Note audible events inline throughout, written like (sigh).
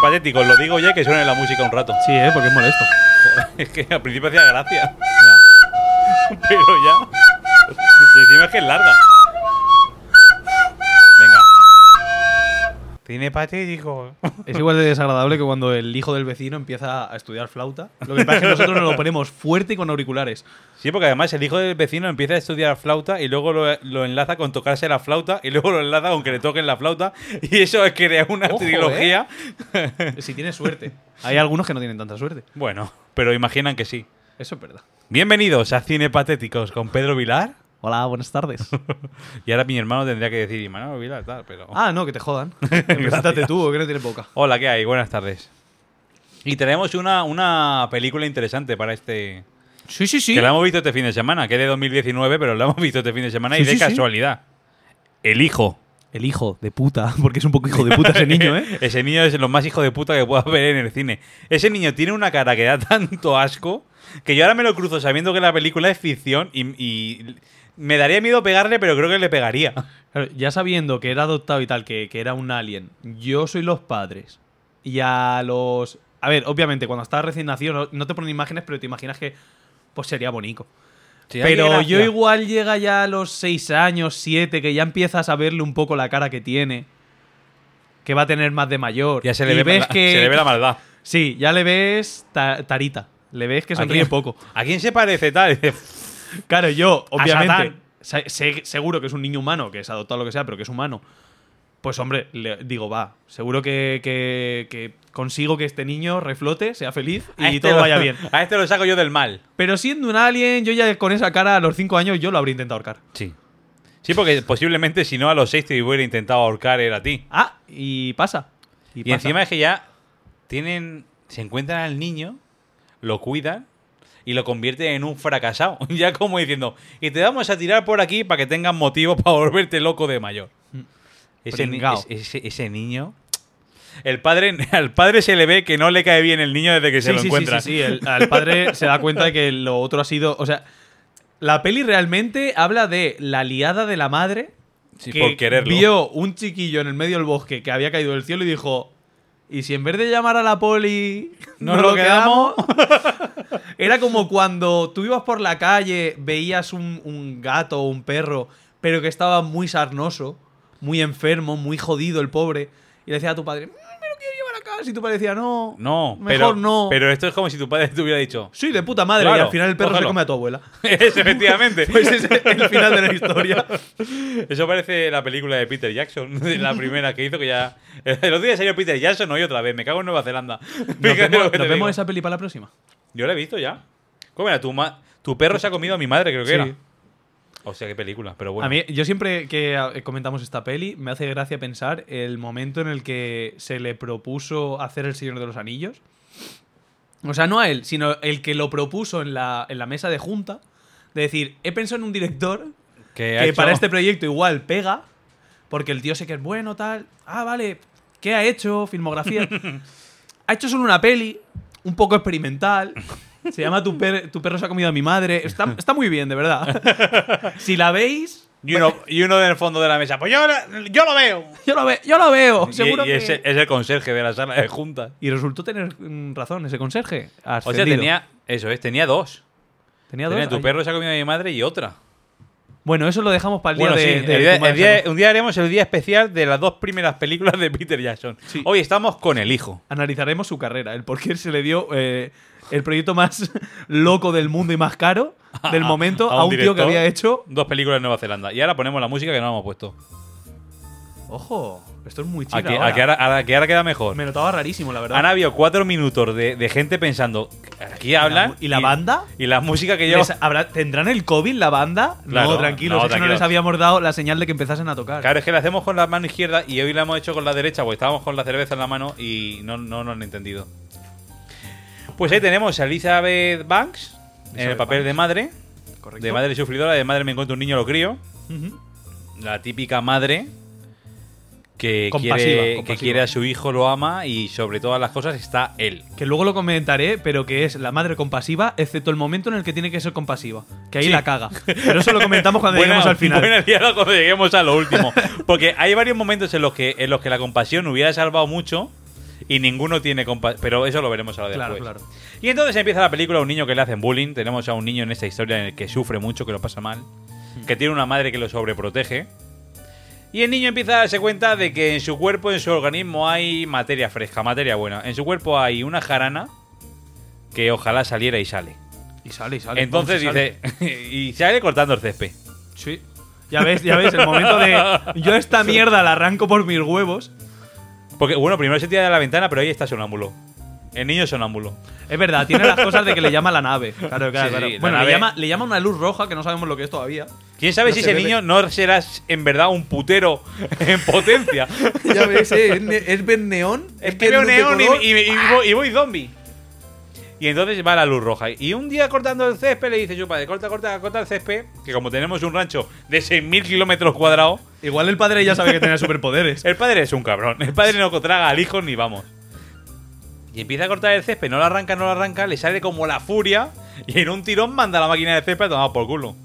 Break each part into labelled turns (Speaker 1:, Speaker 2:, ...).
Speaker 1: patéticos. Lo digo ya y que suene la música un rato. (laughs)
Speaker 2: Sí, ¿eh? porque es molesto.
Speaker 1: Joder, es que al principio hacía gracia. (laughs) Pero ya. Y encima es que es larga. Venga. Tiene patético.
Speaker 2: Es igual de desagradable que cuando el hijo del vecino empieza a estudiar flauta. Lo que pasa es que nosotros nos lo ponemos fuerte y con auriculares.
Speaker 1: Sí, porque además el hijo del vecino empieza a estudiar flauta y luego lo, lo enlaza con tocarse la flauta y luego lo enlaza con que le toquen la flauta. Y eso es crear una
Speaker 2: Ojo,
Speaker 1: trilogía.
Speaker 2: Si tienes suerte. Hay algunos que no tienen tanta suerte.
Speaker 1: Bueno, pero imaginan que sí.
Speaker 2: Eso es verdad.
Speaker 1: Bienvenidos a Cine Patéticos con Pedro Vilar. (laughs)
Speaker 2: Hola, buenas tardes.
Speaker 1: Y ahora mi hermano tendría que decir Imanol Vilar, tal, pero.
Speaker 2: Ah, no, que te jodan. (laughs) Preséntate tú, que no tienes boca.
Speaker 1: Hola, ¿qué hay? Buenas tardes. Y tenemos una, una película interesante para este.
Speaker 2: Sí, sí, sí.
Speaker 1: Que la hemos visto este fin de semana, que es de 2019, pero la hemos visto este fin de semana y
Speaker 2: Sí,
Speaker 1: de
Speaker 2: sí, sí.
Speaker 1: casualidad. El hijo.
Speaker 2: El hijo de puta, (laughs) porque es un poco hijo de puta ese niño, ¿eh?
Speaker 1: (laughs) Ese niño es lo más hijo de puta que pueda ver en el cine. Ese niño tiene una cara que da tanto asco que yo ahora me lo cruzo sabiendo que la película es ficción y, y me daría miedo pegarle, pero creo que le pegaría.
Speaker 2: (laughs) Claro, ya sabiendo que era adoptado y tal, que, que era un alien, yo soy los padres. Y a los. A ver, obviamente, cuando estás recién nacido, no, no te ponen imágenes, pero te imaginas que pues sería bonito. pero yo igual llega ya a los 6 años, 7, que ya empiezas a verle un poco la cara que tiene. Que va a tener más de mayor.
Speaker 1: Ya se le,
Speaker 2: y
Speaker 1: ve
Speaker 2: ves
Speaker 1: maldad-
Speaker 2: que.
Speaker 1: se le ve la maldad.
Speaker 2: Sí, ya le ves ta- tarita. Le ves que
Speaker 1: ¿A
Speaker 2: sonríe
Speaker 1: quién-
Speaker 2: poco.
Speaker 1: ¿A quién se parece tal?
Speaker 2: Claro, yo,
Speaker 1: A
Speaker 2: obviamente,
Speaker 1: Satán.
Speaker 2: se- se- seguro que es un niño humano, que es adoptado lo que sea, pero que es humano. Pues hombre, le digo, va, seguro que, que- que consigo que este niño reflote, sea feliz y
Speaker 1: A este
Speaker 2: todo
Speaker 1: lo-
Speaker 2: vaya bien.
Speaker 1: (laughs) A este lo saco yo del mal.
Speaker 2: Pero siendo un alien, yo ya con esa cara a los 5 años yo lo habría intentado ahorcar.
Speaker 1: Sí. Sí, porque posiblemente si no a los 6 te hubiera intentado ahorcar él a ti.
Speaker 2: Ah, y pasa. Y,
Speaker 1: Y,
Speaker 2: pasa.
Speaker 1: encima es que ya tienen. Se encuentran al niño, lo cuidan y lo convierten en un fracasado. (laughs) Ya como diciendo, y te vamos a tirar por aquí para que tengas motivos para (laughs) volverte loco de mayor. Ese, ni-
Speaker 2: Pringao.
Speaker 1: es- ese- ese niño. El padre, (laughs) al padre se le ve que no le cae bien el niño desde que se
Speaker 2: Sí,
Speaker 1: lo
Speaker 2: sí,
Speaker 1: encuentra.
Speaker 2: Sí, sí, sí. El,
Speaker 1: (laughs)
Speaker 2: al padre se da cuenta de que lo otro ha sido. O sea, la peli realmente habla de la liada de la madre.
Speaker 1: Sí, por quererlo.
Speaker 2: Vio un chiquillo en el medio del bosque que había caído del cielo y dijo: ¿Y si en vez de llamar a la (laughs) poli.
Speaker 1: ¿Nos lo
Speaker 2: (laughs) Era como cuando tú ibas por la calle, veías un, un gato o un perro, pero que estaba muy sarnoso, muy enfermo, muy jodido el pobre, y le decías a tu padre: "Mm, Me lo quiero llevar a casa. Y tu padre decía: No,
Speaker 1: No,
Speaker 2: mejor
Speaker 1: pero,
Speaker 2: no.
Speaker 1: pero esto es como si tu padre te hubiera dicho.
Speaker 2: Sí, de puta madre.
Speaker 1: Claro,
Speaker 2: y al final el perro
Speaker 1: cógelo.
Speaker 2: se come a tu (laughs) abuela.
Speaker 1: Es, (laughs) efectivamente.
Speaker 2: Pues ese es el final de la historia.
Speaker 1: Eso parece la película de Peter Jackson, (laughs) la primera que hizo que ya. (laughs) El otro día salió Peter Jackson hoy otra vez, me cago en Nueva Zelanda. (laughs)
Speaker 2: Nos
Speaker 1: Fíjate lo
Speaker 2: vemos,
Speaker 1: que
Speaker 2: nos
Speaker 1: te
Speaker 2: vemos
Speaker 1: digo.
Speaker 2: esa peli para la próxima.
Speaker 1: Yo la he visto ya. ¿Cómo era? Tu, ma- tu perro se ha comido a mi madre, creo que
Speaker 2: Sí.
Speaker 1: era. O sea, qué película, pero bueno.
Speaker 2: A mí, yo siempre que ah, comentamos esta peli, me hace gracia pensar el momento en el que se le propuso hacer El Señor de los Anillos. O sea, no a él, sino el que lo propuso en la, en la mesa de junta. De decir, he pensado en
Speaker 1: (laughs)
Speaker 2: un director
Speaker 1: que ha
Speaker 2: que
Speaker 1: hecho-
Speaker 2: para este proyecto igual pega, porque el tío sé que es bueno, tal. Ah, vale, ¿qué ha hecho?
Speaker 1: (laughs)
Speaker 2: Filmografía. ha hecho solo una peli, un poco experimental. Se llama Tu, per- tu perro se ha comido a mi madre. Está, está muy bien, de verdad.
Speaker 1: (laughs)
Speaker 2: si la veis,
Speaker 1: (laughs) Y uno, y uno en el fondo de la mesa. Pues yo, la- yo lo veo.
Speaker 2: yo lo, ve- yo lo veo,
Speaker 1: Y-
Speaker 2: (laughs) seguro
Speaker 1: y eh,
Speaker 2: que-
Speaker 1: es, el- es el conserje de la sala de juntas.
Speaker 2: Y resultó tener mm, razón ese conserje.
Speaker 1: O sea,
Speaker 2: ascendido.
Speaker 1: tenía. Eso es, tenía dos.
Speaker 2: Tenía dos.
Speaker 1: Tenía tu
Speaker 2: Ay.
Speaker 1: perro se ha comido a mi madre y otra.
Speaker 2: Bueno, eso lo dejamos para el día
Speaker 1: Bueno,
Speaker 2: de,
Speaker 1: sí,
Speaker 2: de
Speaker 1: el día-
Speaker 2: tu madre
Speaker 1: el día-
Speaker 2: salud.
Speaker 1: un día haremos el día especial de las dos primeras películas de Peter Jackson. Hoy estamos con el hijo.
Speaker 2: Analizaremos su carrera, el por qué se le dio eh, el proyecto más (laughs) loco del mundo y más caro
Speaker 1: (laughs)
Speaker 2: del momento a, un, tío que
Speaker 1: director,
Speaker 2: había hecho.
Speaker 1: Dos películas en Nueva Zelanda. Y ahora ponemos la música que no hemos puesto.
Speaker 2: Ojo, esto es muy chido.
Speaker 1: A que, a que ahora, a la que ahora queda mejor.
Speaker 2: Me notaba rarísimo, la verdad.
Speaker 1: Han habido cuatro minutos de, de gente pensando. Aquí hablan.
Speaker 2: ¿Y la banda?
Speaker 1: Y la música que lleva.
Speaker 2: ¿Les habrá- ¿Tendrán el COVID la banda?
Speaker 1: Claro,
Speaker 2: no, tranquilos,
Speaker 1: no,
Speaker 2: es que no
Speaker 1: tranquilos.
Speaker 2: les habíamos dado la señal de que empezasen a tocar.
Speaker 1: Claro, es que la hacemos con la mano izquierda y hoy la hemos hecho con la derecha, porque estábamos con la cerveza en la mano y no, no nos han entendido. Pues ahí tenemos a Elizabeth Banks, en el
Speaker 2: Elizabeth
Speaker 1: papel de madre.
Speaker 2: Correcto.
Speaker 1: De madre sufridora, de madre me encuentro un niño, lo crío.
Speaker 2: Ujú.
Speaker 1: la típica madre que,
Speaker 2: Compasiva,
Speaker 1: quiere,
Speaker 2: compasiva.
Speaker 1: que quiere a su hijo, lo ama y sobre todas las cosas está él.
Speaker 2: Que luego lo comentaré, pero que es la madre compasiva, excepto el momento en el que tiene que ser compasiva. Que ahí
Speaker 1: Sí.
Speaker 2: la caga. Pero eso lo comentamos cuando lleguemos al
Speaker 1: (laughs)
Speaker 2: final.
Speaker 1: buena liada cuando lleguemos a lo último. Porque hay varios momentos en los que, en los que la compasión hubiera salvado mucho y ninguno tiene compasión. Pero eso lo veremos ahora
Speaker 2: Claro,
Speaker 1: después.
Speaker 2: claro.
Speaker 1: Y entonces empieza la película un niño que le hacen bullying. Tenemos a un niño en esta historia en el que sufre mucho, que lo pasa mal,
Speaker 2: Hmm.
Speaker 1: que tiene una madre que lo sobreprotege. Y el niño empieza a darse cuenta de que en su cuerpo, en su organismo, hay materia fresca, materia buena. En su cuerpo hay una jarana que ojalá saliera y sale.
Speaker 2: Y sale, y sale.
Speaker 1: Entonces
Speaker 2: Vamos, y
Speaker 1: dice, (laughs) y sale cortando el césped.
Speaker 2: sale. Sí. Ya ves, ya ves, el momento de. Yo
Speaker 1: (laughs)
Speaker 2: esta mierda la arranco por mis huevos.
Speaker 1: Porque, bueno, primero se tira de la ventana, pero ahí está sonámbulo. El niño es sonámbulo.
Speaker 2: Es verdad, tiene las cosas de que le llama la nave. Claro, claro,
Speaker 1: Sí,
Speaker 2: claro.
Speaker 1: sí, la
Speaker 2: bueno,
Speaker 1: nave-
Speaker 2: le, llama, le llama una luz roja que no sabemos lo que es todavía.
Speaker 1: ¿Quién sabe
Speaker 2: No
Speaker 1: si
Speaker 2: se
Speaker 1: ese
Speaker 2: ve de-
Speaker 1: niño no será en verdad un putero en potencia?
Speaker 3: (laughs) Ya ves, eh, es, ne- es ver neón.
Speaker 1: Es
Speaker 3: Es
Speaker 1: que
Speaker 3: ver luz de
Speaker 1: neón y,
Speaker 3: color.
Speaker 1: y- y voy, y voy zombie. Y entonces va la luz roja. Y un día cortando el césped le dice su padre, corta, corta, corta el césped. Que como tenemos un rancho de 6.000 kilómetros cuadrados,
Speaker 2: Igual el padre ya sabe que tenía superpoderes.
Speaker 1: el padre es un cabrón. El padre no traga al hijo ni vamos. Y empieza a cortar el césped, no lo arranca, no lo arranca, le sale como la furia y en un tirón manda la máquina de césped a tomar por culo.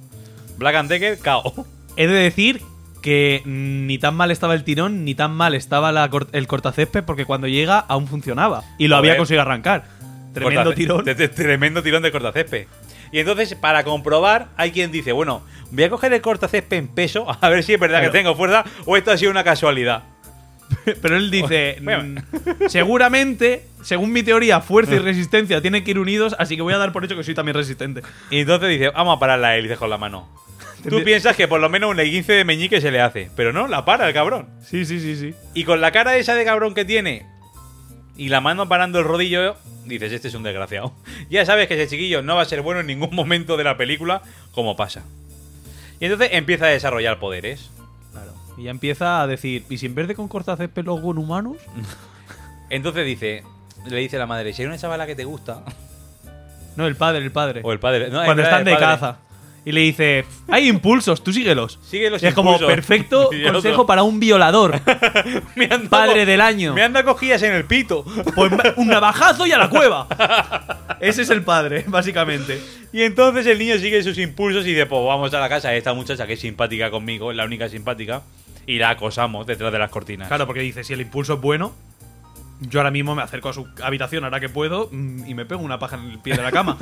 Speaker 1: Black and Decker, cao.
Speaker 2: He de decir que ni tan mal estaba el tirón, ni tan mal estaba la cor- el cortacésped, porque cuando llega aún funcionaba. Y lo había
Speaker 1: Joder.
Speaker 2: conseguido arrancar. Tremendo
Speaker 1: Cortace-
Speaker 2: tirón.
Speaker 1: de- de- tremendo tirón de cortacésped. Y entonces, para comprobar, hay quien dice, bueno, voy a coger el cortacésped en peso, (laughs) a ver si es verdad
Speaker 2: Claro.
Speaker 1: que tengo fuerza o esto ha sido una casualidad.
Speaker 2: (laughs) Pero él dice,
Speaker 1: (laughs) Bueno.
Speaker 2: mm, seguramente, según mi teoría, fuerza
Speaker 1: (laughs)
Speaker 2: y resistencia tienen que ir unidos, así que voy a dar por hecho que soy también resistente.
Speaker 1: Y entonces dice, vamos a parar la hélice con la
Speaker 2: (laughs)
Speaker 1: mano. Tú
Speaker 2: Tendría-
Speaker 1: piensas que por lo menos un 15 de meñique se le hace, pero no, la para el cabrón.
Speaker 2: Sí, sí, sí, sí.
Speaker 1: Y con la cara esa de cabrón que tiene y la mano parando el rodillo, dices, este es un desgraciado. (laughs) Ya sabes que ese chiquillo no va a ser bueno en ningún momento de la película, como pasa. Y entonces empieza a desarrollar poderes.
Speaker 2: Y ya empieza a decir, ¿y si en vez de con cortacésped los con humanos?
Speaker 1: Mm. Entonces dice, le dice la madre, si hay una chavala que te
Speaker 2: (laughs)
Speaker 1: gusta,
Speaker 2: No, el padre, el padre.
Speaker 1: o el padre, no,
Speaker 2: cuando
Speaker 1: es verdad,
Speaker 2: están
Speaker 1: el
Speaker 2: de
Speaker 1: padre.
Speaker 2: caza. Y le dice, hay impulsos, tú
Speaker 1: (laughs)
Speaker 2: síguelos.
Speaker 1: Sigue los
Speaker 2: Y es como,
Speaker 1: impulsos. (laughs)
Speaker 2: perfecto
Speaker 1: Y el otro,
Speaker 2: consejo para
Speaker 1: (laughs)
Speaker 2: un violador.
Speaker 1: me han dado-
Speaker 2: (laughs) Padre del año.
Speaker 1: Me anda cogillas en el
Speaker 2: (laughs)
Speaker 1: pito.
Speaker 2: Pues ma- (laughs) un navajazo y a la cueva. (laughs) Ese es el padre, básicamente.
Speaker 1: Y entonces el niño sigue sus impulsos y dice, pues vamos a la casa de esta muchacha que es simpática conmigo, es la única simpática, y la acosamos detrás de las cortinas.
Speaker 2: Claro, porque dice, si el impulso es bueno, yo ahora mismo me acerco a su habitación ahora que puedo mm, y me pego una paja en el pie de la cama.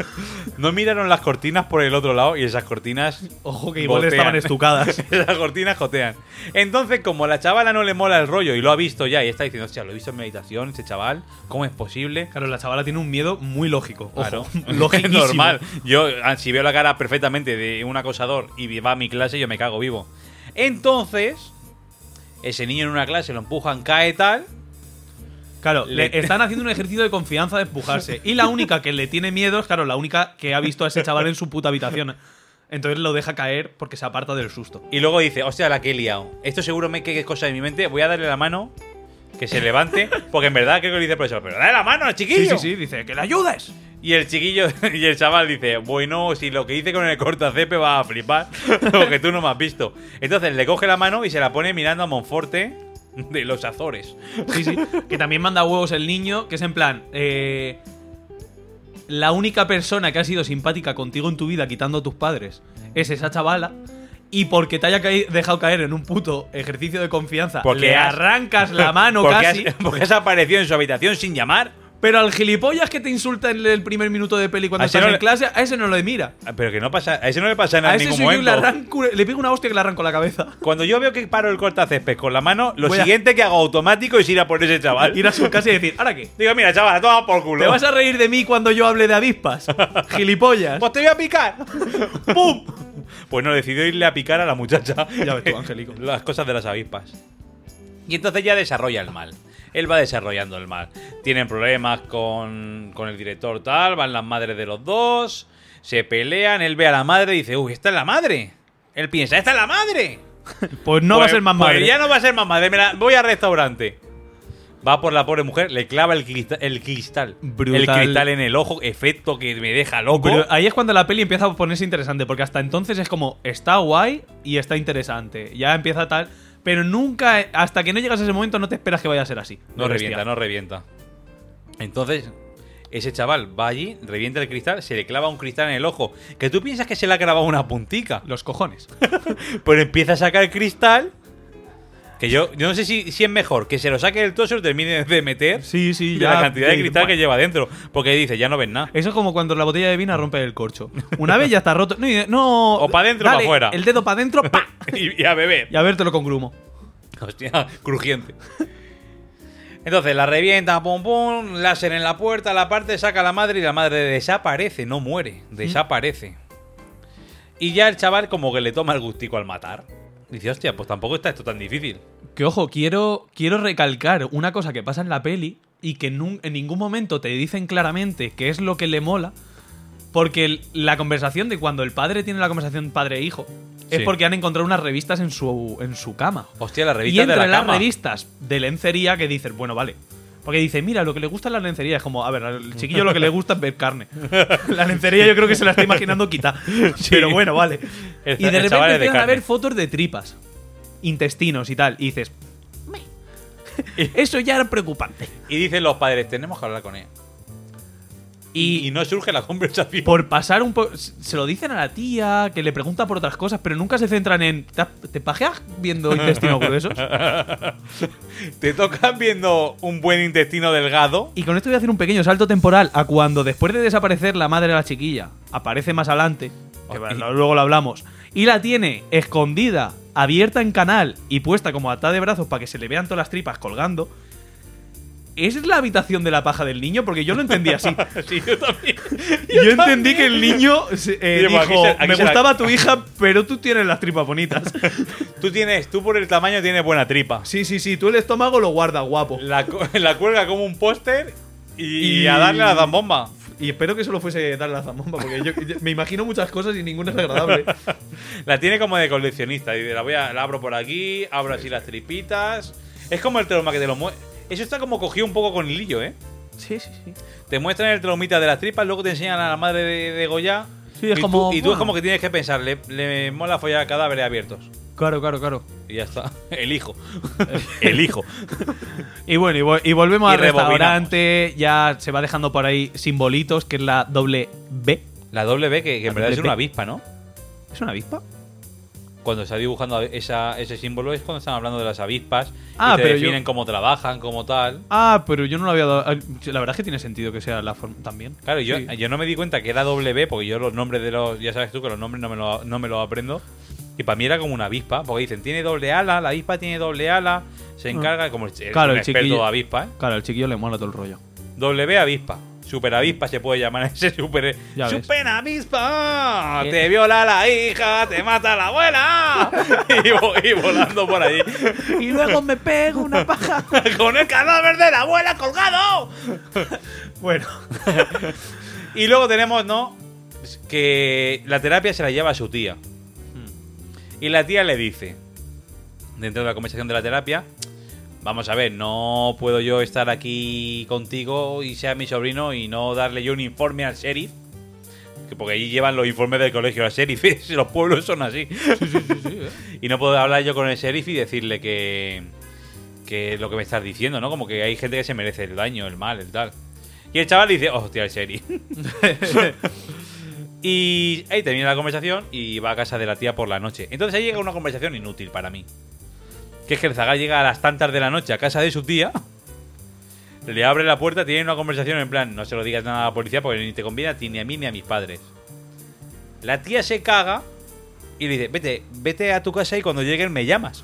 Speaker 1: No miraron las cortinas por el otro lado y esas cortinas...
Speaker 2: (laughs)
Speaker 1: (laughs)
Speaker 2: Ojo que igual
Speaker 1: gotean.
Speaker 2: estaban estucadas.
Speaker 1: esas cortinas jotean. Entonces, como la chavala no le mola el rollo y lo ha visto ya y está diciendo, hostia, lo he visto en mi habitación, este chaval, ¿cómo es posible?
Speaker 2: Claro, la chavala tiene un miedo muy lógico. Ojo,
Speaker 1: Claro,
Speaker 2: (laughs)
Speaker 1: (laughs) es
Speaker 2: logiquísimo.
Speaker 1: normal. Yo, ah, si veo la cara perfectamente de un acosador y va a mi clase, yo me cago vivo. Entonces, ese niño en una clase lo empujan, cae tal.
Speaker 2: Claro,
Speaker 1: Le-
Speaker 2: le están haciendo un ejercicio de confianza de empujarse. Y la única que le tiene miedo es, claro, la única que ha visto a ese chaval en su puta habitación. Entonces lo deja caer porque se aparta del susto.
Speaker 1: Y luego dice, hostia, la que he liado. Esto seguro me que es cosa de mi mente. Voy a darle la mano, que se levante. (laughs) Porque en verdad creo que le dice el profesor, pero dale la mano,
Speaker 2: Sí,
Speaker 1: chiquillo.
Speaker 2: sí, sí, dice, que le ayudes.
Speaker 1: Y el chiquillo (laughs) y el chaval dice, bueno, si lo que hice con el cortacepe va a flipar, (laughs) porque tú no me has visto. Entonces le coge la mano y se la pone mirando a Monforte de los Azores.
Speaker 2: Sí, sí. Que también manda huevos el niño, que es en plan. eh, la única persona que ha sido simpática contigo en tu vida, quitando a tus padres, es esa chavala. Y porque te haya caí- dejado caer en un puto ejercicio de confianza,
Speaker 1: Porque
Speaker 2: le
Speaker 1: has-
Speaker 2: arrancas
Speaker 1: (laughs)
Speaker 2: la mano
Speaker 1: porque
Speaker 2: casi.
Speaker 1: Has, porque has aparecido en su habitación sin llamar.
Speaker 2: Pero al gilipollas que te insulta en el primer minuto de peli cuando
Speaker 1: A ese
Speaker 2: estás
Speaker 1: no
Speaker 2: en
Speaker 1: le-
Speaker 2: clase, a ese no lo mira.
Speaker 1: Ah, Pero que no pasa. A ese no le pasa nada
Speaker 2: A
Speaker 1: en
Speaker 2: ese
Speaker 1: ningún
Speaker 2: soy yo y le,
Speaker 1: momento.
Speaker 2: arranco, le pego una hostia que le arranco la cabeza.
Speaker 1: Cuando yo veo que paro el cortacésped con la mano, lo
Speaker 2: Voy a-
Speaker 1: siguiente que hago automático es ir a por ese chaval.
Speaker 2: Ir a su casa y decir, ¿ahora qué?
Speaker 1: Digo, mira, chaval, toma por culo.
Speaker 2: ¿Te vas a reír de mí cuando yo hable de avispas?
Speaker 1: (laughs)
Speaker 2: Gilipollas.
Speaker 1: Pues te voy a picar.
Speaker 2: (laughs)
Speaker 1: ¡Pum! Pues no, decidió irle a picar a la muchacha.
Speaker 2: Ya ves tú, Angélico.
Speaker 1: (laughs) Las cosas de las avispas. Y entonces ya desarrolla el mal. Él va desarrollando el mal. Tienen problemas con, con el director tal, van las madres de los dos, se pelean, él ve a la madre y dice, uy, esta es la madre. Él piensa, esta es la madre.
Speaker 2: Pues no va a ser más
Speaker 1: Pues
Speaker 2: madre.
Speaker 1: ya no va a ser más madre. Me la- voy al restaurante. Va por la pobre mujer, le clava el cristal, el cristal,
Speaker 2: Brutal.
Speaker 1: el cristal en el ojo, efecto que me deja loco.
Speaker 2: Pero ahí es cuando la peli empieza a ponerse interesante, porque hasta entonces es como, está guay y está interesante. Ya empieza tal, pero nunca, hasta que no llegas a ese momento, no te esperas que vaya a ser así.
Speaker 1: No
Speaker 2: De
Speaker 1: revienta,
Speaker 2: bestia.
Speaker 1: no revienta. Entonces, ese chaval va allí, revienta el cristal, se le clava un cristal en el ojo. Que tú piensas que (laughs) se le ha clavado una puntica.
Speaker 2: Los cojones.
Speaker 1: Pero empieza a sacar cristal Que yo, yo no sé si, si es mejor que se lo saque del todo y se lo termine de meter
Speaker 2: Sí, sí,
Speaker 1: de
Speaker 2: ya.
Speaker 1: la cantidad de cristal que
Speaker 2: bueno.
Speaker 1: lleva dentro. Porque dice, ya no ves
Speaker 2: (laughs)
Speaker 1: nada.
Speaker 2: Eso es como cuando la botella de vino rompe
Speaker 1: (laughs)
Speaker 2: el corcho. Una vez ya está roto. No, y- no,
Speaker 1: O pa' dentro o pa'
Speaker 2: dale,
Speaker 1: fuera.
Speaker 2: El dedo para
Speaker 1: (laughs)
Speaker 2: adentro, pa.
Speaker 1: y, y a beber.
Speaker 2: Y a vértelo con grumo.
Speaker 1: Hostia, (laughs) crujiente. Entonces la revienta, pum pum, láser en la puerta, la parte saca a la madre y la madre desaparece, no muere, desaparece. Y ya el chaval como que le toma el gustico al matar. Dice, hostia, pues tampoco está esto tan difícil.
Speaker 2: Que ojo, quiero, quiero recalcar una cosa que pasa en la peli y que nun- en ningún momento te dicen claramente qué es lo que le mola. Porque el- la conversación de cuando el padre tiene la conversación padre-hijo es
Speaker 1: Sí.
Speaker 2: porque han encontrado unas revistas en su, en su cama.
Speaker 1: Hostia, la
Speaker 2: Y
Speaker 1: revista de
Speaker 2: entre
Speaker 1: la
Speaker 2: las
Speaker 1: cama.
Speaker 2: revistas de lencería que dices, bueno, vale. Porque dice, mira, lo que le gusta es la lencería. Es como, a ver, al chiquillo lo que le gusta es ver carne. (laughs) La lencería yo creo que se la está imaginando quita.
Speaker 1: (laughs)
Speaker 2: Pero bueno, vale.
Speaker 1: El
Speaker 2: y
Speaker 1: cha-
Speaker 2: de
Speaker 1: el
Speaker 2: repente
Speaker 1: chaval es de
Speaker 2: empiezan a
Speaker 1: carne.
Speaker 2: ver fotos de tripas, intestinos y tal. Y dices, "Me".
Speaker 1: (laughs)
Speaker 2: eso ya era preocupante.
Speaker 1: Y dicen los padres, tenemos que hablar con él. Y,
Speaker 2: Y
Speaker 1: y no surge la conversación.
Speaker 2: por pasar un poco. Se lo dicen a la tía, que le pregunta por otras cosas, pero nunca se centran en. "¿Te has- ¿Te pajeas viendo intestinos gruesos?
Speaker 1: Te tocan viendo un buen intestino delgado.
Speaker 2: Y con esto voy a hacer un pequeño salto temporal a cuando después de desaparecer la madre de la chiquilla aparece más adelante, que
Speaker 1: Hostia.
Speaker 2: bueno, luego lo hablamos, y la tiene escondida, abierta en canal y puesta como atada de brazos para que se le vean todas las tripas colgando. ¿Esa es la habitación de la paja del niño? Porque yo lo entendí así.
Speaker 1: (laughs) Sí, yo también.
Speaker 2: (laughs) Yo, entendí que el niño se- eh,
Speaker 1: Digo, aquí
Speaker 2: dijo,
Speaker 1: se- aquí
Speaker 2: me
Speaker 1: se la- (laughs)
Speaker 2: gustaba tu hija, pero tú tienes las tripas bonitas.
Speaker 1: Tú tienes, tú por el tamaño tienes buena tripa.
Speaker 2: sí, sí, sí, tú el estómago lo guardas, guapo.
Speaker 1: La, cu- (laughs) la cuelga como un póster y,
Speaker 2: Y-
Speaker 1: a darle a la zambomba.
Speaker 2: Y espero que solo fuese darle la zambomba, porque yo, yo me imagino muchas cosas y ninguna es agradable.
Speaker 1: La tiene como de coleccionista. Dice, la voy a, la abro por aquí, abro así las tripitas. Es como el trauma que te lo mueve. Eso está como cogido un poco con hilillo, ¿eh?
Speaker 2: Sí, sí, sí.
Speaker 1: Te muestran el traumita de las tripas, luego te enseñan a la madre de, de Goya.
Speaker 2: Sí, es
Speaker 1: y
Speaker 2: como,
Speaker 1: Tú, y tú es
Speaker 2: bueno.
Speaker 1: como que tienes que pensar, le, le mola follar cadáveres abiertos.
Speaker 2: Claro, claro, claro.
Speaker 1: Y ya está. (laughs) El
Speaker 2: (laughs)
Speaker 1: hijo. el hijo.
Speaker 2: Y bueno, y, vol- y volvemos
Speaker 1: Y
Speaker 2: al
Speaker 1: rebobinamos.
Speaker 2: restaurante. Ya se va dejando por ahí simbolitos, que es la doble B.
Speaker 1: La doble B, que, que
Speaker 2: La
Speaker 1: en verdad es
Speaker 2: doble B.
Speaker 1: una avispa, ¿no?
Speaker 2: ¿Es una avispa?
Speaker 1: Cuando está dibujando esa- ese símbolo es cuando están hablando de las avispas.
Speaker 2: Ah,
Speaker 1: y te
Speaker 2: pero yo-
Speaker 1: definen cómo trabajan, cómo tal.
Speaker 2: Ah, pero yo no lo había dado. ah, La verdad es que tiene sentido que sea la forma también.
Speaker 1: Claro, yo,
Speaker 2: Sí.
Speaker 1: yo no me di cuenta que era doble B, porque yo los nombres de los. Ya sabes tú que los nombres no me los no me los aprendo. Y para mí era como una avispa, porque dicen, tiene doble ala, la avispa tiene doble ala, se encarga, como el,
Speaker 2: Ah.
Speaker 1: un
Speaker 2: Claro, el
Speaker 1: experto
Speaker 2: chiquillo.
Speaker 1: de avispa, ¿eh?
Speaker 2: Claro, al chiquillo le mola todo el rollo.
Speaker 1: Doble B avispa. Super avispa se puede llamar (laughs) a ese super.
Speaker 2: Ya ves. Eh.
Speaker 1: ¡Super avispa!
Speaker 2: ¿Qué?
Speaker 1: Te viola la hija, te mata la abuela. (laughs) y, vo- y volando por allí.
Speaker 2: y luego me pego una paja.
Speaker 1: (laughs) Con el cadáver de la abuela colgado.
Speaker 2: (laughs) Bueno,
Speaker 1: Y luego tenemos, ¿no? Que la terapia se la lleva a su tía.
Speaker 2: Mm.
Speaker 1: Y la tía le dice, dentro de la conversación de la terapia, vamos a ver, no puedo yo estar aquí contigo y sea mi sobrino y no darle yo un informe al sheriff. que Porque allí llevan los informes del colegio al sheriff. (laughs) si Los pueblos son así. (laughs) Y no puedo hablar yo con el sheriff y decirle que, que lo que me estás diciendo, ¿no? Como que hay gente que se merece el daño, el mal, el tal. Y el chaval dice, hostia, el sheriff. y ahí termina la conversación y va a casa de la tía por la noche. Entonces ahí llega una conversación inútil para mí. Que es que el zagal llega a las tantas de la noche a casa de su tía. (laughs) Le abre la puerta, tiene una conversación en plan, no se lo digas nada a la policía porque ni te conviene a ti, ni a mí, ni a mis padres. La tía se caga y le dice, vete, vete a tu casa y cuando lleguen me llamas.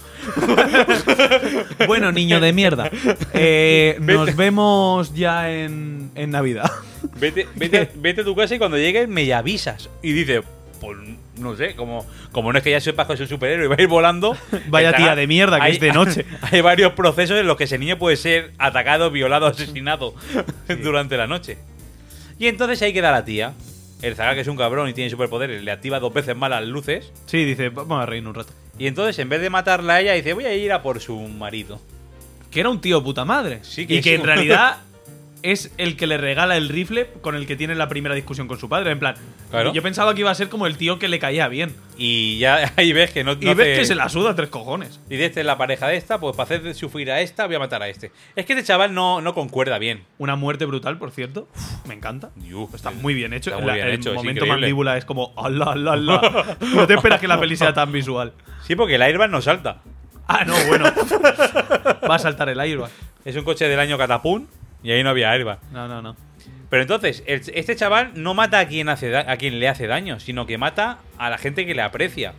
Speaker 2: bueno niño de (laughs) mierda. Eh,
Speaker 1: Vete.
Speaker 2: nos vemos ya en, en Navidad.
Speaker 1: (laughs) Vete, (laughs) vete, vete a tu casa y cuando llegues me avisas. Y dice, pues no sé, como, como no es que ya sepas que soy un superhéroe y va a ir (laughs) volando.
Speaker 2: Vaya
Speaker 1: estará-
Speaker 2: tía de mierda que
Speaker 1: hay-
Speaker 2: es de noche.
Speaker 1: (laughs) Hay varios procesos en los que ese niño puede ser atacado, violado,
Speaker 2: (laughs)
Speaker 1: asesinado durante la noche. Y entonces ahí queda la tía. El zagal que es un cabrón y tiene superpoderes, le activa dos veces más las luces.
Speaker 2: Sí, dice, vamos a reírnos un rato.
Speaker 1: Y entonces en vez de matarla a ella, dice, voy a ir a por su marido.
Speaker 2: Que era un tío puta madre.
Speaker 1: Sí, que
Speaker 2: y que
Speaker 1: sí.
Speaker 2: en realidad es el que le regala el rifle con el que tiene la primera discusión con su padre. En plan,
Speaker 1: Claro.
Speaker 2: yo pensaba que iba a ser como el tío que le caía bien.
Speaker 1: Y ya (laughs) ahí ves que no,
Speaker 2: Y
Speaker 1: no
Speaker 2: ves
Speaker 1: hace-
Speaker 2: que se la suda tres cojones.
Speaker 1: Y de este es la pareja de esta, pues para hacer sufrir a esta, voy a matar a este. Es que este chaval no, no concuerda bien.
Speaker 2: Una muerte brutal, por cierto. Uf, me encanta.
Speaker 1: Dios,
Speaker 2: Está muy bien hecho.
Speaker 1: Está muy
Speaker 2: La-
Speaker 1: bien
Speaker 2: el
Speaker 1: hecho, es
Speaker 2: momento
Speaker 1: increíble.
Speaker 2: mandíbula (laughs) es como. "Ala, ala, ala". No te esperas que la peli sea tan visual.
Speaker 1: Sí, porque el airbag no salta.
Speaker 2: Ah, no,
Speaker 1: (laughs)
Speaker 2: bueno. Va a saltar el airbag.
Speaker 1: Es un coche del año Catapún y ahí no había airbag.
Speaker 2: No, no, no.
Speaker 1: Pero entonces, el- este chaval no mata a quien, hace da- a quien le hace daño, sino que mata a la gente que le aprecia.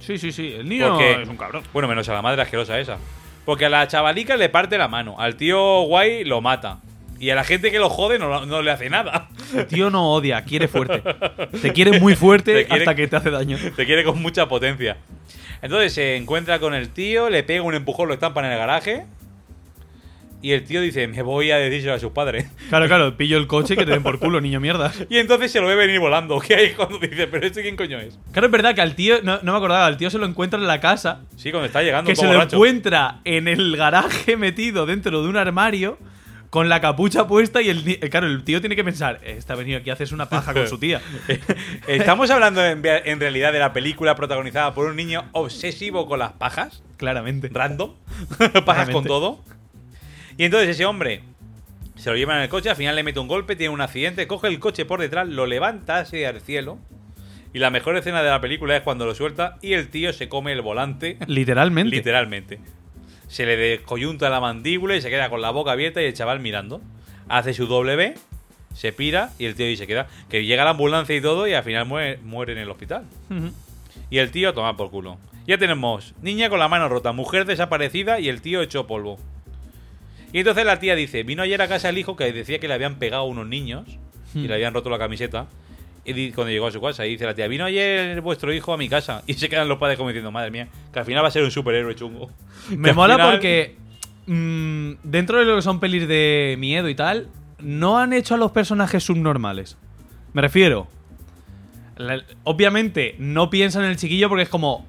Speaker 2: Sí, sí, sí. El niño
Speaker 1: Porque-
Speaker 2: es un cabrón.
Speaker 1: Bueno, menos a la madre asquerosa esa. Porque a la chavalica le parte la mano, al tío guay lo mata. Y a la gente que lo jode no, no le hace nada. (laughs)
Speaker 2: El tío no odia, quiere fuerte. Te quiere muy fuerte
Speaker 1: Te quiere-
Speaker 2: hasta que te hace daño.
Speaker 1: Te quiere con mucha potencia. Entonces se encuentra con el tío, le pega un empujón, lo estampa en el garaje. Y el tío dice, me voy a decirlo a sus padres. (laughs)
Speaker 2: Claro, claro, pillo el coche y que te den por culo, niño mierda.
Speaker 1: Y entonces se lo ve venir volando. (laughs) Que ahí es cuando dice, pero este quién coño es.
Speaker 2: Claro, es verdad que al tío, no, no me acordaba, al tío se lo encuentra en la casa,
Speaker 1: Sí, cuando está llegando
Speaker 2: que
Speaker 1: todo
Speaker 2: se lo
Speaker 1: borracho.
Speaker 2: encuentra en el garaje metido dentro de un armario, con la capucha puesta y el, ni- eh, claro, el tío tiene que pensar, está venido aquí, haces una paja con
Speaker 1: (laughs)
Speaker 2: su tía.
Speaker 1: Estamos hablando en, vea- en realidad de la película protagonizada por un niño obsesivo con las pajas.
Speaker 2: Claramente.
Speaker 1: random, (laughs) pagas
Speaker 2: Claramente.
Speaker 1: con todo. Y entonces ese hombre se lo lleva en el coche, al final le mete un golpe, tiene un accidente, coge el coche por detrás, lo levanta hacia el cielo. Y la mejor escena de la película es cuando lo suelta y el tío se come el volante,
Speaker 2: Literalmente.
Speaker 1: literalmente. Se le descoyunta la mandíbula y se queda con la boca abierta y el chaval mirando. Hace su W, se pira y el tío ahí se queda. Que llega la ambulancia y todo y al final muere, muere en el hospital.
Speaker 2: Ujú.
Speaker 1: Y el tío toma por culo. Ya tenemos niña con la mano rota, mujer desaparecida y el tío hecho polvo. Y entonces la tía dice, vino ayer a casa el hijo que decía que le habían pegado unos niños y
Speaker 2: Hmm.
Speaker 1: le habían roto la camiseta. Y di- cuando llegó a su casa, y dice la tía, vino ayer vuestro hijo a mi casa. (laughs) Y se quedan los padres como diciendo, madre mía, que al final va a ser un superhéroe chungo. Que
Speaker 2: Me
Speaker 1: al
Speaker 2: mola
Speaker 1: final-
Speaker 2: porque mm, dentro de lo que son pelis de miedo y tal, no han hecho a los personajes subnormales. Me refiero. la- obviamente no piensan en el chiquillo porque es como...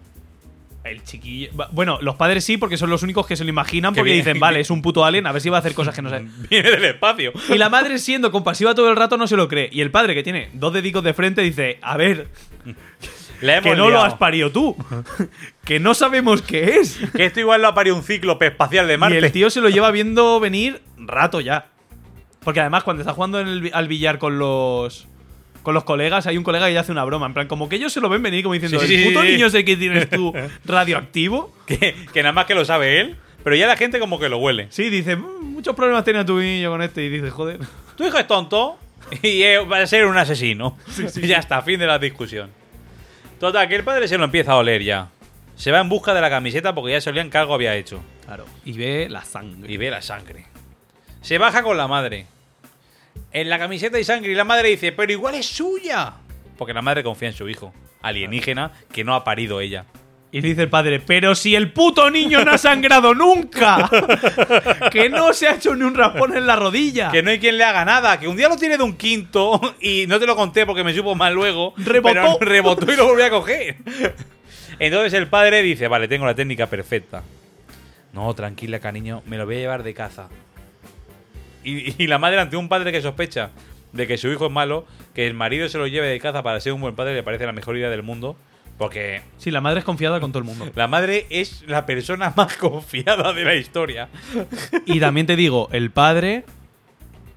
Speaker 2: El chiquillo... va- Bueno, los padres sí porque son los únicos que se lo imaginan
Speaker 1: Que
Speaker 2: porque
Speaker 1: viene-
Speaker 2: dicen, vale, es un puto alien, a ver si va a hacer cosas que no sé.
Speaker 1: (laughs) Viene del espacio.
Speaker 2: Y la madre siendo compasiva todo el rato no se lo cree. Y el padre que tiene dos dedicos de frente dice, a ver,
Speaker 1: La hemos
Speaker 2: que no lo
Speaker 1: liado.
Speaker 2: has parido tú. (laughs) que no sabemos qué es.
Speaker 1: Que esto igual lo ha parido un cíclope espacial de Marte.
Speaker 2: Y el tío se lo lleva viendo venir rato ya. Porque además, cuando está jugando en el bi- al billar con los. Con los colegas, hay un colega que le hace una broma. En plan, como que ellos se lo ven venir, como diciendo:
Speaker 1: Sí, sí,
Speaker 2: El
Speaker 1: sí,
Speaker 2: puto
Speaker 1: sí.
Speaker 2: niño ese que tienes tú radioactivo.
Speaker 1: (laughs) que, que nada más que lo sabe él, pero ya la gente como que lo huele.
Speaker 2: Sí, dice: "Mm, Muchos problemas tenía tu niño con este. Y dice: Joder.
Speaker 1: Tu hijo es tonto y eh, va a ser un asesino. (laughs) ya está, fin de la discusión. Total, que el padre se lo empieza a oler ya. Se va en busca de la camiseta porque ya se olían que algo había hecho.
Speaker 2: Claro. Y ve la sangre.
Speaker 1: Y ve la sangre. Se baja con la madre. En la camiseta hay sangre y la madre dice, pero igual es suya. Porque la madre confía en su hijo, alienígena, que no ha parido ella.
Speaker 2: Y le dice el padre: Pero si el puto niño no ha sangrado nunca. (laughs) que no se ha hecho ni un raspón en la rodilla.
Speaker 1: Que no hay quien le haga nada, que un día lo tiene de un quinto (laughs) y no te lo conté porque me supo mal luego.
Speaker 2: Rebotó.
Speaker 1: pero (laughs) rebotó y lo volví a coger. Entonces el padre dice, vale, tengo la técnica perfecta. No, tranquila, cariño, me lo voy a llevar de caza. Y, y la madre ante un padre que sospecha de que su hijo es malo, que el marido se lo lleve de caza para ser un buen padre le parece la mejor idea del mundo. Porque
Speaker 2: Sí, la madre es confiada con todo el mundo.
Speaker 1: la madre es la persona (laughs) más confiada de la historia.
Speaker 2: Y también te digo, el padre,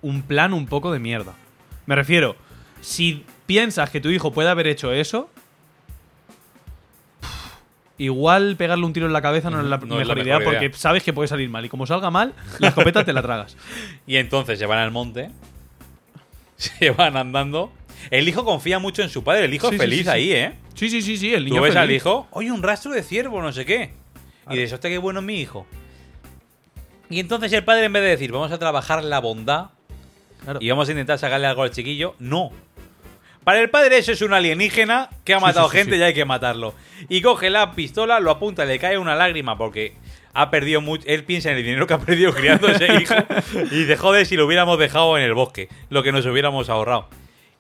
Speaker 2: un plan un poco de mierda. Me refiero, si piensas que tu hijo puede haber hecho eso, igual pegarle un tiro en la cabeza no es la
Speaker 1: No
Speaker 2: mejor,
Speaker 1: es la
Speaker 2: idea,
Speaker 1: mejor idea.
Speaker 2: porque sabes que puede salir mal. Y como salga mal, la escopeta te la tragas.
Speaker 1: (laughs) Y entonces se van al monte, (laughs) se van andando. El hijo confía mucho en su padre, el hijo
Speaker 2: Sí,
Speaker 1: es
Speaker 2: sí,
Speaker 1: feliz
Speaker 2: sí, sí.
Speaker 1: ahí, ¿eh?
Speaker 2: Sí, sí, sí, sí, el niño.
Speaker 1: Tú ves
Speaker 2: feliz.
Speaker 1: al hijo, oye, un rastro de ciervo, no sé qué. Y dices, hostia, qué bueno es mi hijo. Y entonces el padre, en vez de decir, vamos a trabajar la bondad
Speaker 2: Claro.
Speaker 1: y vamos a intentar sacarle algo al chiquillo, no. Para el padre eso es un alienígena que ha
Speaker 2: Sí,
Speaker 1: matado
Speaker 2: sí, sí,
Speaker 1: gente
Speaker 2: sí.
Speaker 1: y hay que matarlo. Y coge la pistola, lo apunta, le cae una lágrima porque ha perdido mucho. Él piensa en el dinero que ha perdido criando a
Speaker 2: (laughs)
Speaker 1: ese hijo y dice, joder, si lo hubiéramos dejado en el bosque, lo que nos hubiéramos ahorrado.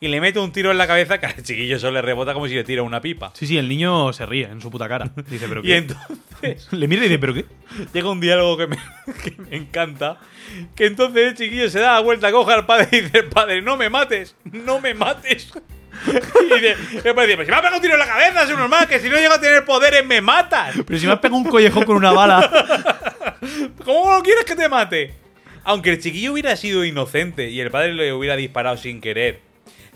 Speaker 1: Y le mete un tiro en la cabeza que al chiquillo solo le rebota como si le tira una pipa.
Speaker 2: Sí, sí, el niño se ríe en su puta cara. Dice,
Speaker 1: (laughs)
Speaker 2: ¿pero
Speaker 1: Y
Speaker 2: qué?
Speaker 1: entonces
Speaker 2: Le mira y dice, ¿pero
Speaker 1: (laughs)
Speaker 2: qué?
Speaker 1: llega un diálogo que me, (laughs) que me encanta. Que entonces el chiquillo se da la vuelta, coge al padre y dice, padre, no me mates, no me mates. (laughs) Y dice, el padre dice, pero si me ha pegado un tiro en la cabeza, es un normal, que si no llego a tener poderes me matas.
Speaker 2: Pero si me has pegado un collejón con una bala.
Speaker 1: ¿Cómo no quieres que te mate? Aunque el chiquillo hubiera sido inocente y el padre le hubiera disparado sin querer,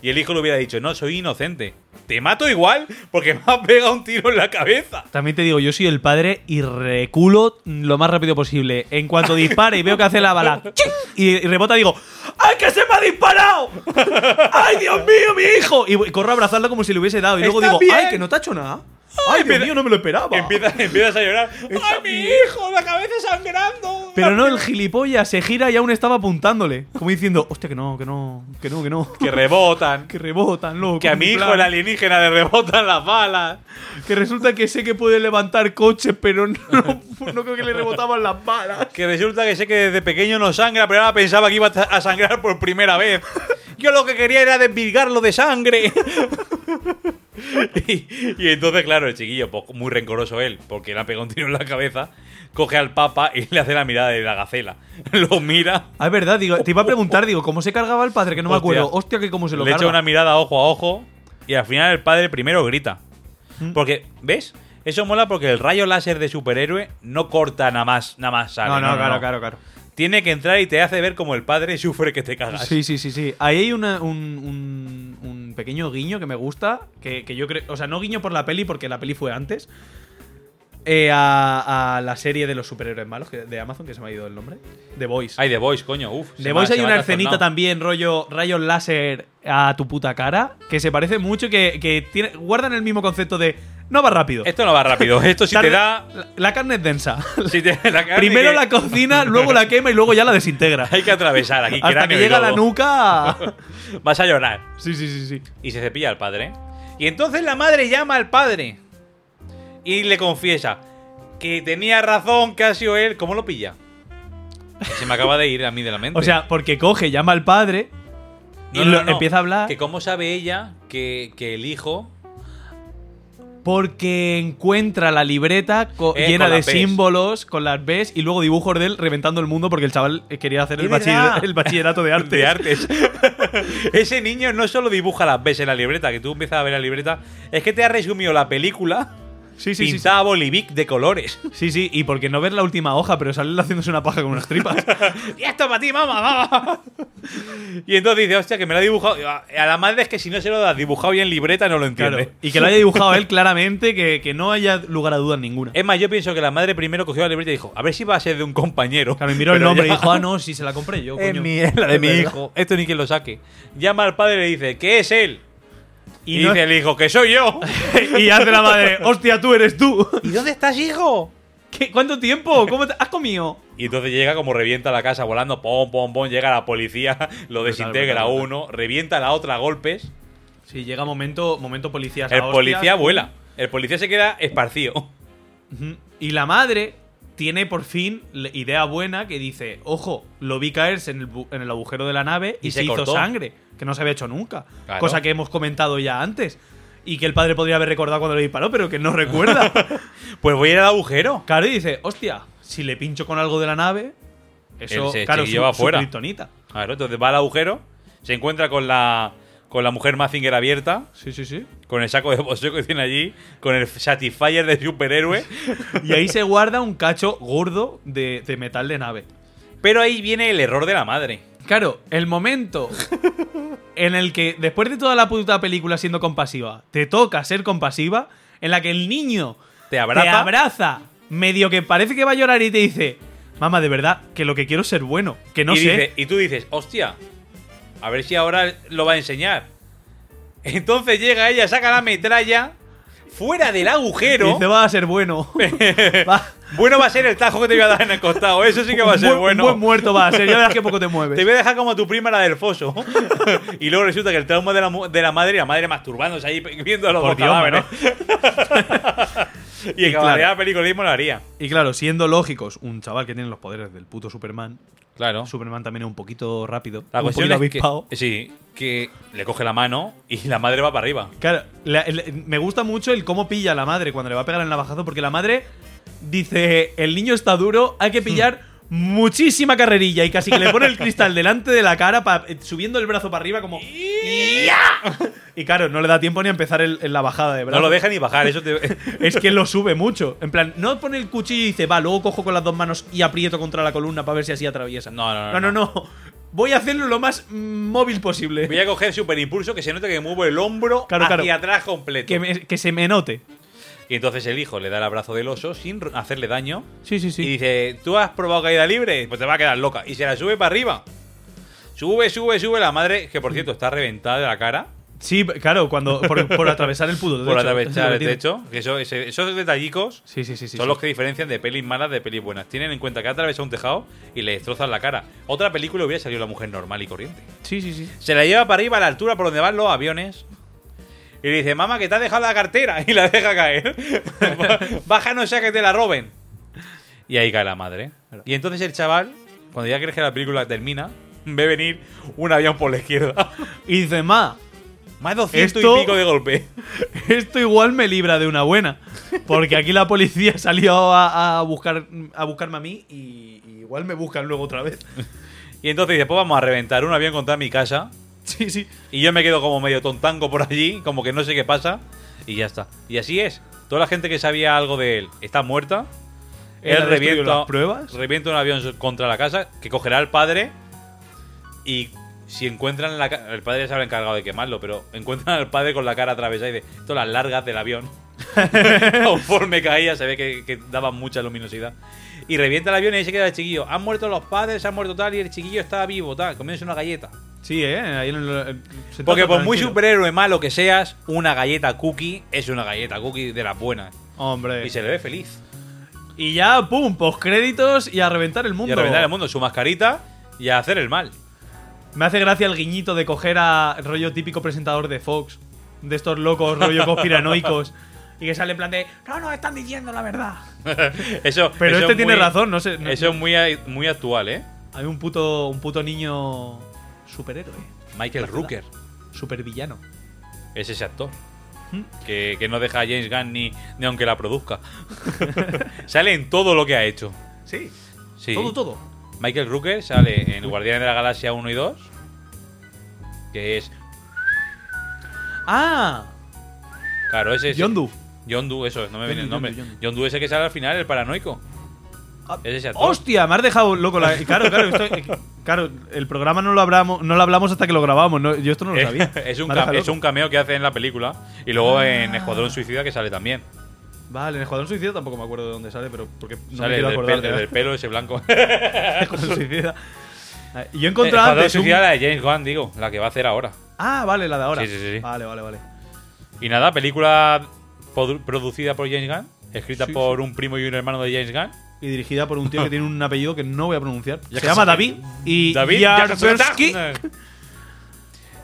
Speaker 1: Y el hijo le hubiera dicho, no, soy inocente. Te mato igual porque me has pegado un tiro en la cabeza.
Speaker 2: También te digo, yo soy el padre y reculo lo más rápido posible. En cuanto dispare y veo que hace
Speaker 1: (laughs)
Speaker 2: la bala ¡chin! y y rebota, digo ¡Ay, que se me ha disparado! ¡Ay, Dios mío, mi hijo! Y corro a abrazarlo como si le hubiese dado. Y luego
Speaker 1: Está
Speaker 2: digo,
Speaker 1: bien.
Speaker 2: ¡ay, que no te ha hecho nada! ¡Ay, Dios
Speaker 1: empieza-
Speaker 2: mío, no me lo esperaba!
Speaker 1: Empiezas, (laughs) empiezas a llorar.
Speaker 2: Está
Speaker 1: ¡Ay, mi
Speaker 2: bien.
Speaker 1: hijo! ¡La cabeza sangrando!
Speaker 2: Pero no, el gilipollas se gira y aún estaba apuntándole. Como diciendo, hostia, que no, que no, que no, que no.
Speaker 1: Que rebotan.
Speaker 2: Que rebotan, loco.
Speaker 1: Que a
Speaker 2: en
Speaker 1: mi hijo,
Speaker 2: plan.
Speaker 1: el alienígena, le rebotan las balas.
Speaker 2: Que resulta que sé que puede levantar coches,
Speaker 1: (laughs)
Speaker 2: pero no, no creo que le rebotaban las balas.
Speaker 1: Que resulta que sé que desde pequeño no sangra, pero ahora pensaba que iba a sangrar por primera
Speaker 2: (laughs)
Speaker 1: vez. Yo lo que quería era desvirgarlo de sangre. (laughs) y, y entonces, claro, el chiquillo, pues, muy rencoroso él, porque le ha pegado un tiro en la cabeza, coge al papa y le hace la mirada de la gacela. (laughs) Lo mira,
Speaker 2: Ah, es verdad, digo, te iba a preguntar, digo, ¿cómo se cargaba el padre? Que no me
Speaker 1: Oh, Hostia.
Speaker 2: acuerdo. Hostia, que cómo se lo
Speaker 1: le echa
Speaker 2: carga.
Speaker 1: una mirada ojo a ojo y al final el padre primero grita.
Speaker 2: Mm.
Speaker 1: Porque, ¿ves? Eso mola porque el rayo láser de superhéroe no corta nada más, nada más sale.
Speaker 2: no, no, claro, claro, claro.
Speaker 1: Tiene que entrar y te hace ver como el padre (laughs) sufre que te cagas.
Speaker 2: Sí, sí, sí, sí. Ahí hay una- un, un- un pequeño guiño que me gusta, que, que yo creo... O sea, no guiño por la peli, porque la peli fue antes, eh, a, a la serie de los superhéroes malos que- de Amazon, que se me ha ido el nombre, The Voice.
Speaker 1: Ay, The Voice, coño, uff.
Speaker 2: The Voice hay una escenita también, rollo rayos láser a tu puta cara, que se parece mucho y que, que tiene- guardan el mismo concepto de no va rápido.
Speaker 1: Esto no va
Speaker 2: (laughs)
Speaker 1: rápido. Esto si te
Speaker 2: Tarde-
Speaker 1: da.
Speaker 2: la, la carne es densa.
Speaker 1: si te- la carne
Speaker 2: Primero
Speaker 1: que
Speaker 2: la cocina, luego la quema y luego ya la desintegra.
Speaker 1: Hay que atravesar (laughs) aquí.
Speaker 2: Hasta que
Speaker 1: cráneo y
Speaker 2: llega la
Speaker 1: lobo.
Speaker 2: nuca.
Speaker 1: (laughs) Vas a llorar.
Speaker 2: Sí, sí, sí, sí.
Speaker 1: Y se cepilla al padre. Y entonces la madre llama al padre. Y le confiesa que tenía razón, que ha sido él. ¿Cómo lo pilla? Se me acaba de ir a mí de la mente.
Speaker 2: O sea, porque coge, llama al padre y
Speaker 1: No, no,
Speaker 2: lo-
Speaker 1: no.
Speaker 2: empieza a hablar
Speaker 1: Que cómo sabe ella que, que el hijo.
Speaker 2: porque encuentra la libreta co-
Speaker 1: Eh,
Speaker 2: llena
Speaker 1: con
Speaker 2: de
Speaker 1: las Bs.
Speaker 2: símbolos con las Bs y luego dibujos de él reventando el mundo porque el chaval eh, quería hacer
Speaker 1: Es
Speaker 2: el, bachiller-
Speaker 1: verdad.
Speaker 2: el bachillerato de
Speaker 1: (laughs)
Speaker 2: arte.
Speaker 1: De artes. Ese niño no solo dibuja las ves en la libreta, que tú empiezas a ver la libreta, es que te ha resumido la película
Speaker 2: Sí, sí, sí, sí.
Speaker 1: pintada a Bolivic de colores.
Speaker 2: Sí, sí, y porque no ver la última hoja, pero sale él haciéndose una paja con
Speaker 1: (laughs)
Speaker 2: unas tripas.
Speaker 1: y esto para ti, mamá, mamá. y entonces dice, hostia, que me lo ha dibujado. A a la madre es que si no se lo has dibujado bien en libreta no lo
Speaker 2: Claro.
Speaker 1: entiende.
Speaker 2: Y que lo haya dibujado él claramente, que, que no haya lugar a dudas ninguna.
Speaker 1: Es más, yo pienso que la madre primero cogió la libreta y dijo, a ver si va a ser de un compañero.
Speaker 2: Claro, me miró el
Speaker 1: Pero
Speaker 2: nombre
Speaker 1: ya-
Speaker 2: y
Speaker 1: (laughs)
Speaker 2: dijo, ah, no, si se la compré yo,
Speaker 1: Es
Speaker 2: coño.
Speaker 1: mi- es la de mi
Speaker 2: verdad.
Speaker 1: hijo. Esto ni quien lo saque. Llama al padre y le dice, ¿qué es él? Y,
Speaker 2: Y no
Speaker 1: dice el hijo, que soy yo.
Speaker 2: (laughs) y hace la madre, hostia, tú eres tú.
Speaker 1: (laughs) ¿Y dónde estás, hijo?
Speaker 2: (laughs) ¿Qué? ¿Cuánto tiempo? ¿Cómo te- has comido?
Speaker 1: Y entonces llega como revienta la casa volando, pom, pom, pom, llega la policía, (laughs) lo desintegra
Speaker 2: brutal, brutal.
Speaker 1: uno, revienta a la otra a golpes.
Speaker 2: Sí, llega momento, momento policía.
Speaker 1: El policía vuela. El policía se queda esparcido.
Speaker 2: Ujú. Y la madre tiene por fin la idea buena que dice, ojo, lo vi caerse en el, bu- en el agujero de la nave y,
Speaker 1: Y
Speaker 2: se,
Speaker 1: se
Speaker 2: hizo
Speaker 1: cortó.
Speaker 2: sangre, que no se había hecho nunca.
Speaker 1: Claro.
Speaker 2: Cosa que hemos comentado ya antes. Y que el padre podría haber recordado cuando le disparó, pero que no recuerda. (laughs)
Speaker 1: Pues voy a ir al agujero.
Speaker 2: claro, y dice, hostia, si le pincho con algo de la nave, eso,
Speaker 1: Ese
Speaker 2: claro,
Speaker 1: chiquillo
Speaker 2: su-
Speaker 1: va
Speaker 2: su
Speaker 1: fuera.
Speaker 2: kriptonita.
Speaker 1: Claro, entonces va al agujero, se encuentra con la con la mujer Mazinger abierta,
Speaker 2: Sí, sí, sí.
Speaker 1: con el saco de boxeo que tiene allí, con el Satisfyer de
Speaker 2: (laughs)
Speaker 1: superhéroe.
Speaker 2: Y ahí se guarda un cacho gordo de, de metal de nave.
Speaker 1: Pero ahí viene el error de la madre.
Speaker 2: Claro, el momento en el que, después de toda la puta película siendo compasiva, te toca ser compasiva, en la que el niño
Speaker 1: Te abraza.
Speaker 2: te abraza, medio que parece que va a llorar y te dice, mamá, de verdad, que lo que quiero es ser bueno, que no
Speaker 1: y,
Speaker 2: sé.
Speaker 1: dice- y tú dices, hostia, a ver si ahora lo va a enseñar. Entonces llega ella, saca la metralla fuera del agujero.
Speaker 2: Dice, va a
Speaker 1: (laughs)
Speaker 2: ser bueno. Va-
Speaker 1: Bueno va a ser el tajo que te voy a dar en el costado. Eso sí que va a
Speaker 2: un
Speaker 1: ser
Speaker 2: buen- un
Speaker 1: bueno.
Speaker 2: buen muerto va a ser, ya verás que poco te mueves.
Speaker 1: Te voy a dejar como a tu prima la del
Speaker 2: (laughs)
Speaker 1: foso. y luego resulta que el trauma de la, mu- de la madre, la madre masturbándose ahí viendo a los dos
Speaker 2: Por Dios,
Speaker 1: cadáveres. (laughs) y el
Speaker 2: Y
Speaker 1: caballero
Speaker 2: claro.
Speaker 1: la película mismo lo haría.
Speaker 2: Y claro, siendo lógicos, un chaval que tiene los poderes del puto Superman,
Speaker 1: Claro.
Speaker 2: Superman también es un poquito rápido,
Speaker 1: La
Speaker 2: un
Speaker 1: cuestión
Speaker 2: poquito
Speaker 1: es
Speaker 2: avispado.
Speaker 1: que, sí, que le coge la mano y la madre va para arriba.
Speaker 2: Claro, la- el- me gusta mucho el cómo pilla a la madre cuando le va a pegar el navajazo, porque la madre dice, el niño está duro, hay que pillar muchísima carrerilla y casi que le pone el cristal delante de la cara, pa- eh, subiendo el brazo para arriba como... Y claro, no le da tiempo ni a empezar el- el- la bajada de brazo.
Speaker 1: No lo deja ni bajar. Eso
Speaker 2: (laughs)
Speaker 1: te,
Speaker 2: Es que lo sube mucho. En plan, no pone el cuchillo y dice, va, luego cojo con las dos manos y aprieto contra la columna para ver si así atraviesa.
Speaker 1: No, no, no,
Speaker 2: No, no, no. voy a hacerlo lo más mm, móvil posible.
Speaker 1: Voy a coger super impulso que se nota que muevo el hombro
Speaker 2: Claro,
Speaker 1: hacia
Speaker 2: claro.
Speaker 1: atrás completo.
Speaker 2: Que, me- que se me note.
Speaker 1: Y entonces el hijo le da el abrazo del oso sin r- hacerle daño.
Speaker 2: Sí, sí, sí.
Speaker 1: Y dice, ¿tú has probado caída libre? Pues te va a quedar loca. Y se la sube para arriba. Sube, sube, sube la madre, que por cierto está reventada de la cara
Speaker 2: Sí, claro, cuando por, por atravesar el puto
Speaker 1: (laughs) por
Speaker 2: techo. (laughs)
Speaker 1: atravesar el
Speaker 2: Divertido.
Speaker 1: techo. Que eso- ese- esos detallicos
Speaker 2: Sí, sí, sí. sí
Speaker 1: son
Speaker 2: sí.
Speaker 1: los que diferencian de pelis malas de pelis buenas. Tienen en cuenta que ha atravesado un tejado y le destrozan la cara. Otra película hubiera salido la mujer normal y corriente.
Speaker 2: Sí, sí, sí.
Speaker 1: Se la lleva para arriba a la altura por donde van los aviones. Y le dice, mamá, que te has dejado la cartera. (laughs) Y la deja caer. Baja no sea que te la roben. Y ahí cae la madre. Y entonces el chaval, cuando ya crees que la película termina, ve venir un avión por la izquierda.
Speaker 2: Y dice, ma,
Speaker 1: (laughs) Más de 200
Speaker 2: Esto-
Speaker 1: y pico de golpe.
Speaker 2: esto igual me libra de una buena. Porque aquí la policía (laughs) salió a, a buscar, a buscarme a mí y, y igual me buscan luego otra vez.
Speaker 1: (laughs)
Speaker 2: (laughs)
Speaker 1: Y entonces dice, pues vamos a reventar un avión contra mi casa.
Speaker 2: Sí, sí.
Speaker 1: Y yo me quedo como medio tontango por allí, como que no sé qué pasa. Y ya está. Y así es. Toda la gente que sabía algo de él está muerta.
Speaker 2: Él
Speaker 1: Él
Speaker 2: ha destruido
Speaker 1: revienta,
Speaker 2: las pruebas.
Speaker 1: revienta un avión contra la casa que cogerá al padre. Y si encuentran la ca- El padre se habrá encargado de quemarlo, pero encuentran al padre con la cara atravesada y de todas las largas del
Speaker 2: (laughs)
Speaker 1: avión. Conforme caía, se ve que, que daba mucha luminosidad. Y revienta el avión y ahí se queda el chiquillo. Han muerto los padres, han muerto tal, y el chiquillo está vivo, tal, comiéndose una galleta.
Speaker 2: Sí, eh. ahí en el- sentado
Speaker 1: Porque por muy
Speaker 2: tranquilo.
Speaker 1: superhéroe malo que seas, una galleta cookie es una galleta cookie de las buenas.
Speaker 2: Hombre.
Speaker 1: Y se le ve feliz.
Speaker 2: Y ya, pum, postcréditos y a reventar el mundo.
Speaker 1: Y a reventar el mundo su mascarita y a hacer el mal.
Speaker 2: Me hace gracia el guiñito de coger a rollo típico presentador de Fox. De estos locos rollo conspiranoicos. y que sale en plan de. No, no, están diciendo la verdad.
Speaker 1: Eso,
Speaker 2: Pero
Speaker 1: eso
Speaker 2: este
Speaker 1: es
Speaker 2: tiene
Speaker 1: muy-
Speaker 2: razón, no sé. no-
Speaker 1: Eso es muy, muy actual, ¿eh?
Speaker 2: Hay un puto, un puto niño superhéroe.
Speaker 1: Michael
Speaker 2: Ojalá.
Speaker 1: Rooker
Speaker 2: Supervillano.
Speaker 1: es ese actor.
Speaker 2: ¿Mm?
Speaker 1: Que, que no deja a James Gunn ni, ni aunque la produzca. (laughs) sale en todo lo que ha hecho.
Speaker 2: Sí.
Speaker 1: Sí.
Speaker 2: Todo, todo.
Speaker 1: Michael Rooker sale en Guardianes de la Galaxia 1 y 2. Que es.
Speaker 2: ¡Ah!
Speaker 1: Claro, ese es.
Speaker 2: Yondu.
Speaker 1: Yondu, eso, es, no me viene el
Speaker 2: Yondu,
Speaker 1: nombre.
Speaker 2: Yondu, Yondu.
Speaker 1: Yondu ese que sale al final, el paranoico.
Speaker 2: Ah,
Speaker 1: Es ese actor.
Speaker 2: ¡Hostia! Me has dejado loco. la- Claro, claro. esto- eh, claro, el programa no lo, hablamos, no lo hablamos hasta que lo grabamos. no- yo esto no lo sabía.
Speaker 1: (laughs) es, un
Speaker 2: Me has dejado
Speaker 1: cam- es
Speaker 2: loco.
Speaker 1: un cameo que hace en la película. Y luego en
Speaker 2: Ah.
Speaker 1: Escuadrón Suicida que sale también.
Speaker 2: Vale, en Escuadrón Suicida tampoco me acuerdo de dónde sale, pero porque no
Speaker 1: sale el
Speaker 2: me quiero
Speaker 1: del,
Speaker 2: acordar
Speaker 1: pel-
Speaker 2: de
Speaker 1: el
Speaker 2: nada.
Speaker 1: del pelo ese
Speaker 2: (laughs)
Speaker 1: blanco.
Speaker 2: Escuadrón Suicida. Ah, y Yo he encontrado
Speaker 1: Escuadrón
Speaker 2: antes un-
Speaker 1: Eh, Suicida la de James Gunn, digo, la que va a hacer ahora.
Speaker 2: Ah, vale, la de ahora.
Speaker 1: Sí, sí, sí.
Speaker 2: Vale, vale, vale.
Speaker 1: Y nada, película produ- producida por James Gunn, escrita
Speaker 2: Sí,
Speaker 1: por un primo y un hermano de James Gunn.
Speaker 2: Y dirigida por un tío que tiene un apellido que no voy a pronunciar.
Speaker 1: Ya
Speaker 2: Se
Speaker 1: que
Speaker 2: llama
Speaker 1: se-
Speaker 2: David y
Speaker 1: David
Speaker 2: Jarzberski.
Speaker 1: Jarzberski.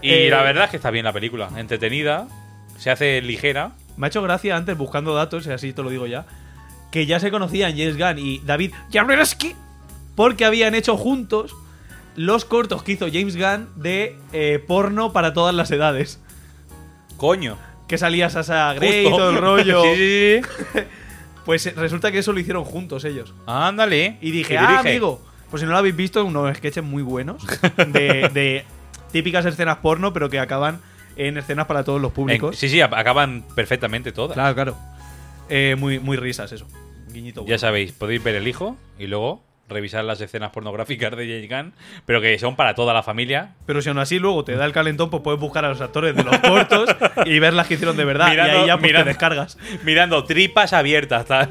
Speaker 1: Y
Speaker 2: Eh,
Speaker 1: la verdad es que está bien la película, entretenida, se hace ligera.
Speaker 2: Me ha hecho gracia antes buscando datos, y así te lo digo ya, que ya se conocían James Gunn y David Jarzberski porque habían hecho juntos los cortos que hizo James Gunn de eh, porno para todas las edades.
Speaker 1: Coño.
Speaker 2: Que salía Sasa Grey y
Speaker 1: Justo.
Speaker 2: todo
Speaker 1: (laughs)
Speaker 2: el rollo.
Speaker 1: Sí, sí, sí.
Speaker 2: Pues eh, resulta que eso lo hicieron juntos ellos.
Speaker 1: Ándale.
Speaker 2: Y dije,
Speaker 1: Y
Speaker 2: ah,
Speaker 1: dirige.
Speaker 2: amigo, pues si no lo habéis visto, unos sketches muy buenos
Speaker 1: (laughs)
Speaker 2: de, de típicas escenas porno, pero que acaban en escenas para todos los
Speaker 1: En-
Speaker 2: públicos.
Speaker 1: sí, sí, acaban perfectamente todas.
Speaker 2: Claro, claro. Eh, muy, muy risas eso. Guiñito. bueno.
Speaker 1: Ya sabéis, podéis ver El Hijo y luego revisar las escenas pornográficas de James Gunn, pero que son para toda la familia. (laughs)
Speaker 2: Pero si aún así luego te da el calentón, pues puedes buscar a los actores de los cortos y ver las que hicieron de verdad. y
Speaker 1: Mirando-
Speaker 2: ahí ya pues, te
Speaker 1: mirando.
Speaker 2: descargas.
Speaker 1: Mirando tripas abiertas, tal.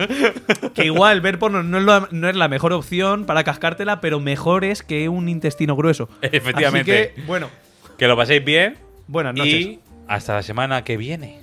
Speaker 2: Que igual ver porno no es, la, no es la mejor opción para cascártela, pero mejor es que un intestino grueso.
Speaker 1: Efectivamente.
Speaker 2: Así que, bueno,
Speaker 1: Que lo paséis bien.
Speaker 2: buenas noches.
Speaker 1: Y hasta la semana que viene.